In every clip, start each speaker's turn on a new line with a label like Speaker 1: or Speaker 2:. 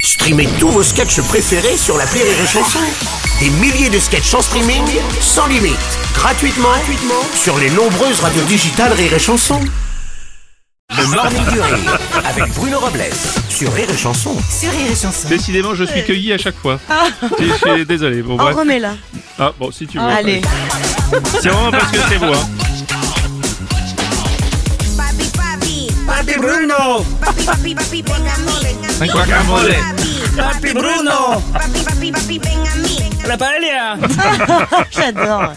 Speaker 1: Streamez tous vos sketchs préférés sur la Rire et Chanson. Des milliers de sketchs en streaming, sans limite, gratuitement, gratuitement sur les nombreuses radios digitales Rire et Chanson. Le Morning du Rire avec Bruno Robles sur Rire et Chanson.
Speaker 2: Sur Rire et Chanson.
Speaker 3: Décidément, je suis cueilli à chaque fois.
Speaker 2: Ah.
Speaker 3: Je suis- je suis désolé. Bon,
Speaker 2: On
Speaker 3: bref.
Speaker 2: remet là.
Speaker 3: Ah, bon, si tu veux.
Speaker 2: Allez.
Speaker 3: C'est vraiment parce que c'est hein. moi.
Speaker 4: Papi, papi,
Speaker 1: Papi Bruno
Speaker 4: papi, papi, papi, ven a mí.
Speaker 3: Un guacamole.
Speaker 4: Papi,
Speaker 1: Bruno
Speaker 4: papi, papi, papi, ven a mí.
Speaker 1: La paella
Speaker 2: J'adore.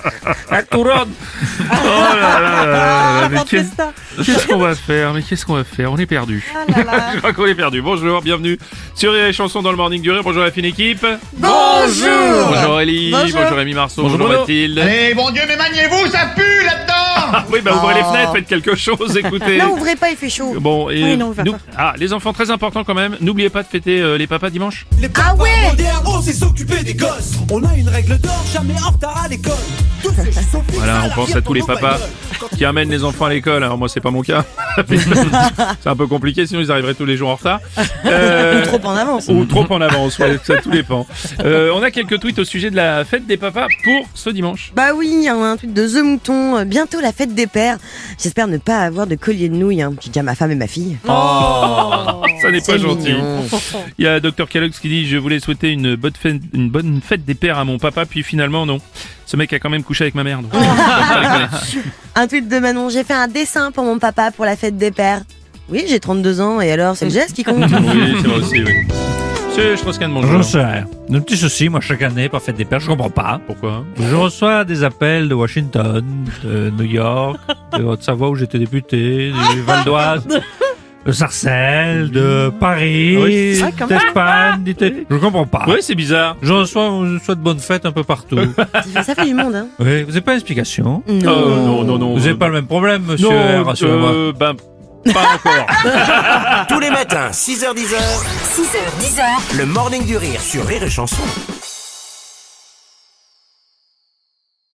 Speaker 3: La couronne. Oh là là là là là.
Speaker 2: Ah,
Speaker 3: Mais
Speaker 2: la
Speaker 3: qu'est-
Speaker 2: Festa.
Speaker 3: qu'est-ce qu'on va faire Mais qu'est-ce qu'on va faire On est perdu.
Speaker 2: Ah là là.
Speaker 3: Je crois qu'on est perdu. Bonjour, bienvenue sur Rire et Chansons dans le Morning du Rire. Bonjour la fine équipe.
Speaker 2: Bonjour.
Speaker 3: Bonjour Aurélie.
Speaker 2: Bonjour.
Speaker 3: Rémi Marceau. Bonjour, Mathilde.
Speaker 5: Allez, bon Eh, Dieu, mais maniez-vous, ça pue là-dedans
Speaker 3: Oui, bah ouvrez les
Speaker 2: Oh.
Speaker 3: fenêtres, faites quelque chose, écoutez.
Speaker 2: Non, ouvrez pas, il fait chaud.
Speaker 3: Bon, et
Speaker 2: Oui, non, on va
Speaker 3: nous-
Speaker 2: pas.
Speaker 3: Ah, les enfants, très important quand même. N'oubliez pas de fêter euh, les papas dimanche.
Speaker 6: Les papas modernes, on sait s'occuper des gosses. On a une règle d'or, jamais en retard à l'école. Tous ces choses sont fixes
Speaker 3: Voilà, on
Speaker 6: la
Speaker 3: pense à
Speaker 6: gueule
Speaker 3: tous les
Speaker 6: dans nos
Speaker 3: papas
Speaker 6: bagnoles. Quand
Speaker 3: qui amènent les enfants à l'école. Alors moi, c'est pas mon cas. c'est un peu compliqué, sinon ils arriveraient tous les jours en retard. Euh,
Speaker 2: Trop en avance.
Speaker 3: ou trop en avance, ouais, ça tout dépend. Euh, on a quelques tweets au sujet de la fête des papas pour ce dimanche.
Speaker 2: Bah oui, un, un truc de The Mouton. euh, Bientôt la fête des pères. J'espère ne pas avoir de collier de nouilles. Hein. J'ai déjà ma femme et ma fille.
Speaker 3: Ça n'est pas
Speaker 2: C'est
Speaker 3: gentil.
Speaker 2: mignon.
Speaker 3: Il y a Dr Kellogg qui dit Je voulais souhaiter une bonne, fête, une bonne fête des pères à mon papa, puis finalement, non. Ce mec a quand même couché avec ma mère. donc. Ah,
Speaker 2: Un tweet de Manon. J'ai fait un dessin pour mon papa pour la fête des pères. Oui, j'ai 32 ans et alors c'est le geste qui compte.
Speaker 3: oui, c'est vrai aussi, oui. Monsieur Strauss-Kahn, bonjour.
Speaker 7: Bonjour, cher. Un petit souci, moi, chaque année, par fête des pères, je comprends pas.
Speaker 3: Pourquoi
Speaker 7: Je reçois des appels de Washington, de New York, de Haute-Savoie où j'étais député, du Val d'Oise, de Sarcelles, de Paris,
Speaker 3: Oui.
Speaker 2: Ah, quand même.
Speaker 7: d'Espagne, d'Italie. Je comprends pas.
Speaker 3: Ouais, c'est bizarre.
Speaker 7: Je reçois, je souhaite bonne fête un peu partout.
Speaker 2: Ça fait du monde. Hein.
Speaker 7: oui, vous n'avez pas d'explication
Speaker 3: Euh, non, non, non.
Speaker 7: Vous n'avez pas le même problème, monsieur,
Speaker 3: euh, Non,
Speaker 7: rassurez-moi.
Speaker 3: euh, ben, pas encore.
Speaker 1: Tous les matins, 6h10,
Speaker 2: 6h, 10h.
Speaker 1: le Morning du Rire sur Rire et Chanson.